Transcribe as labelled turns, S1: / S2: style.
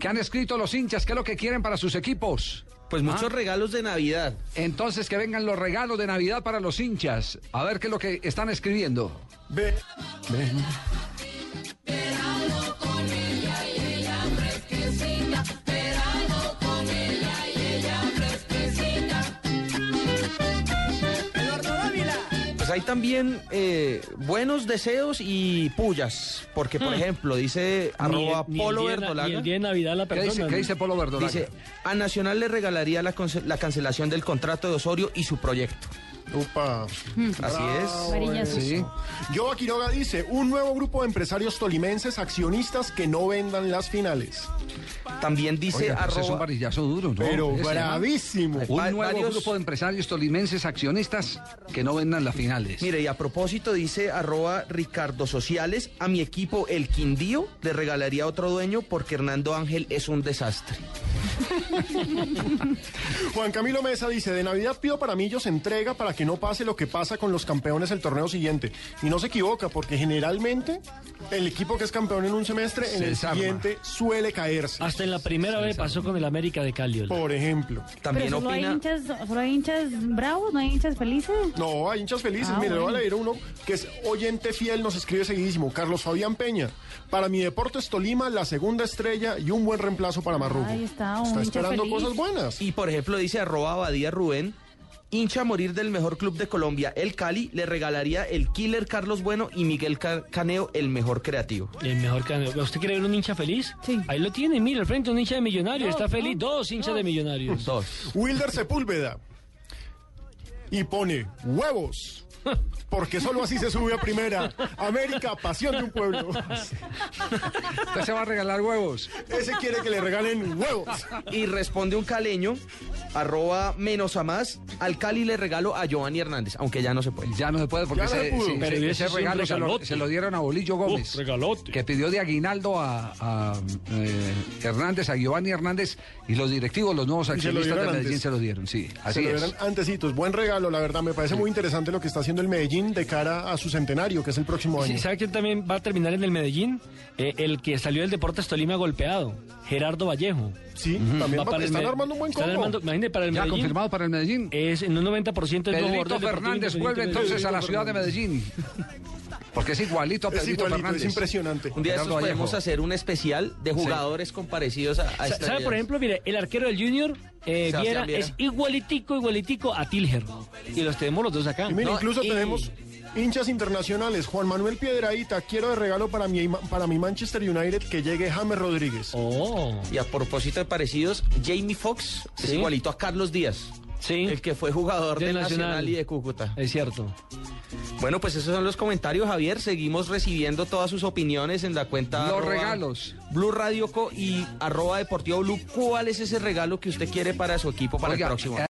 S1: ¿Qué han escrito los hinchas? ¿Qué es lo que quieren para sus equipos?
S2: Pues
S3: Ah.
S2: muchos regalos de Navidad.
S1: Entonces que vengan los regalos de Navidad para los hinchas. A ver qué es lo que están escribiendo.
S2: Pues hay también eh, buenos deseos y pullas. Porque, por ejemplo, dice arroba
S3: Hmm.
S2: Polo
S3: el- el día de na- ni
S2: Verdolaga.
S3: el día de Navidad la
S1: ¿Qué
S3: persona.
S1: dice, qué dice Polo Verdolaga?
S2: Dice, a Nacional le regalaría la, conce- la cancelación del contrato de Osorio y su proyecto.
S4: Upa.
S3: Hmm.
S2: Así es.
S5: Mariñazos.
S1: Sí. pues
S4: Jova Quiroga dice, un nuevo grupo de empresarios tolimenses accionistas que no vendan las finales.
S2: También dice
S1: Oiga, pues es un
S2: arroba...
S1: varillazo duro, ¿no?
S4: Pero
S1: Oh, Ese, ¿no?
S4: bravísimo.
S1: Un
S2: Va-
S1: nuevo
S2: varios-
S1: grupo de empresarios tolimenses accionistas que no vendan las finales.
S2: Mire, y a propósito dice arroba Ricardo Sociales, a mi equipo El Quindío le regalaría otro dueño porque Hernando Ángel es un desastre.
S4: Juan Camilo Mesa dice, de Navidad pido para Millos entrega para que no pase lo que pasa con los campeones el torneo siguiente. Y no se equivoca, porque generalmente el equipo que es campeón en un semestre, en
S1: Se
S4: el
S1: desarma.
S4: siguiente suele caerse.
S3: Hasta en la primera vez pasó con el América de Cali.
S1: Oh.
S3: oiga.
S4: Por ejemplo.
S2: También
S5: Pero solo hay,
S2: opina...
S5: hinchas, solo hay hinchas bravos, no hay hinchas felices.
S4: No, hay hinchas felices.
S5: Ah,
S4: Mire, le voy
S5: bueno.
S4: a leer uno que es oyente fiel, nos escribe seguidísimo. Carlos Fabián Peña. Para mi Deportes Tolima, la segunda estrella y un buen reemplazo para Marrugo.
S5: Ahí está, un hincha
S4: esperando
S5: feliz.
S4: cosas buenas.
S2: Y por ejemplo dice arroba Abadía Rubén, hincha a morir del mejor club de Colombia, el Cali, le regalaría el killer Carlos Bueno y Miguel Ca- Caneo, el mejor creativo.
S3: El mejor canal. ¿Usted quiere ver un hincha feliz?
S5: Sí.
S3: Ahí lo tiene, mira, al frente un hincha de millonarios.
S5: Dos,
S3: Está feliz.
S5: ¿no?
S3: Dos hinchas de millonarios.
S2: Dos.
S4: Wilder Sepúlveda. Y pone huevos. Porque solo así se sube a primera. América, pasión de un pueblo.
S1: Usted se va a regalar huevos.
S4: Ese quiere que le regalen huevos.
S2: Y responde un caleño, arroba menos a más, al Cali le regalo a Giovanni Hernández, aunque ya no se puede.
S1: Ya no se puede porque
S4: Ya no
S1: ese,
S4: se pudo.
S1: sí, ese-
S3: Pero ese
S1: ese
S3: es un
S1: regalo se lo,
S3: regalote.
S1: se lo dieron a Bolillo Gómez.
S3: Uh, regalote.
S1: Que pidió de aguinaldo a, a, eh, Hernández, a Giovanni Hernández y los directivos, los nuevos
S4: se lo
S1: accionistas de
S4: dieron
S1: Medellín
S4: antes.
S1: se lo dieron. Sí,
S4: Se
S1: así
S4: lo
S1: es.
S4: verán antecitos. Buen regalo, la verdad. Me parece muy interesante lo que está haciendo el Medellín de cara a su centenario, que es el próximo año.
S3: Sí, ¿Sabe quién también va a terminar en el Medellín? Eh, el que salió del Deportes Tolima golpeado, Gerardo Vallejo.
S4: Sí, también
S3: Va
S4: va-
S3: para el
S4: están
S3: Me-
S4: armando un buen
S3: están
S4: combo.
S3: armando- imagínate, para el
S1: Ya
S3: Medellín.
S1: confirmado para el Medellín.
S4: Eh, este
S3: Es en un 90% el nuevo
S1: Pedrito
S3: jugador del Deportivo
S1: Fernández
S3: Independiente
S1: vuelve
S3: Medellín.
S1: entonces a la ciudad de Medellín. Porque es igualito a
S4: Es
S1: Pedrito
S4: igualito,
S1: Fernández.
S4: es impresionante.
S2: Un día de
S1: Gerardo
S2: estos podemos
S1: Vallejo.
S2: hacer un especial de jugadores comparecidos a, a
S3: Sa-
S2: esta
S3: ¿Sabe, por
S2: idea.
S3: ejemplo, mire, el arquero del Junior, eh,
S2: Sebastián
S3: Viera,
S2: Viera.
S3: es igualitico, igualitico a Tilger. Y los tenemos los dos acá.
S4: Y mira,
S2: No,
S4: incluso
S2: y-
S4: tenemos hinchas internacionales. Juan Manuel Piedraíta, quiero de regalo para mi, para mi Manchester United que llegue James Rodríguez.
S3: Oh,
S2: Y a propósito de parecidos, Jamie Foxx es
S3: Sí.
S2: igualito a Carlos Díaz.
S3: Sí.
S2: El que fue jugador de,
S3: Del
S2: Nacional.
S3: Nacional.
S2: y de Cúcuta.
S3: es cierto.
S2: Bueno, pues esos son los comentarios, Javier. Seguimos recibiendo todas sus opiniones en la cuenta.
S1: Los
S2: arroba
S1: regalos.
S2: Blue Radio Co y arroba Deportivo Blue. ¿Cuál es ese regalo que usted quiere para su equipo para
S1: Oiga,
S2: el próximo? año?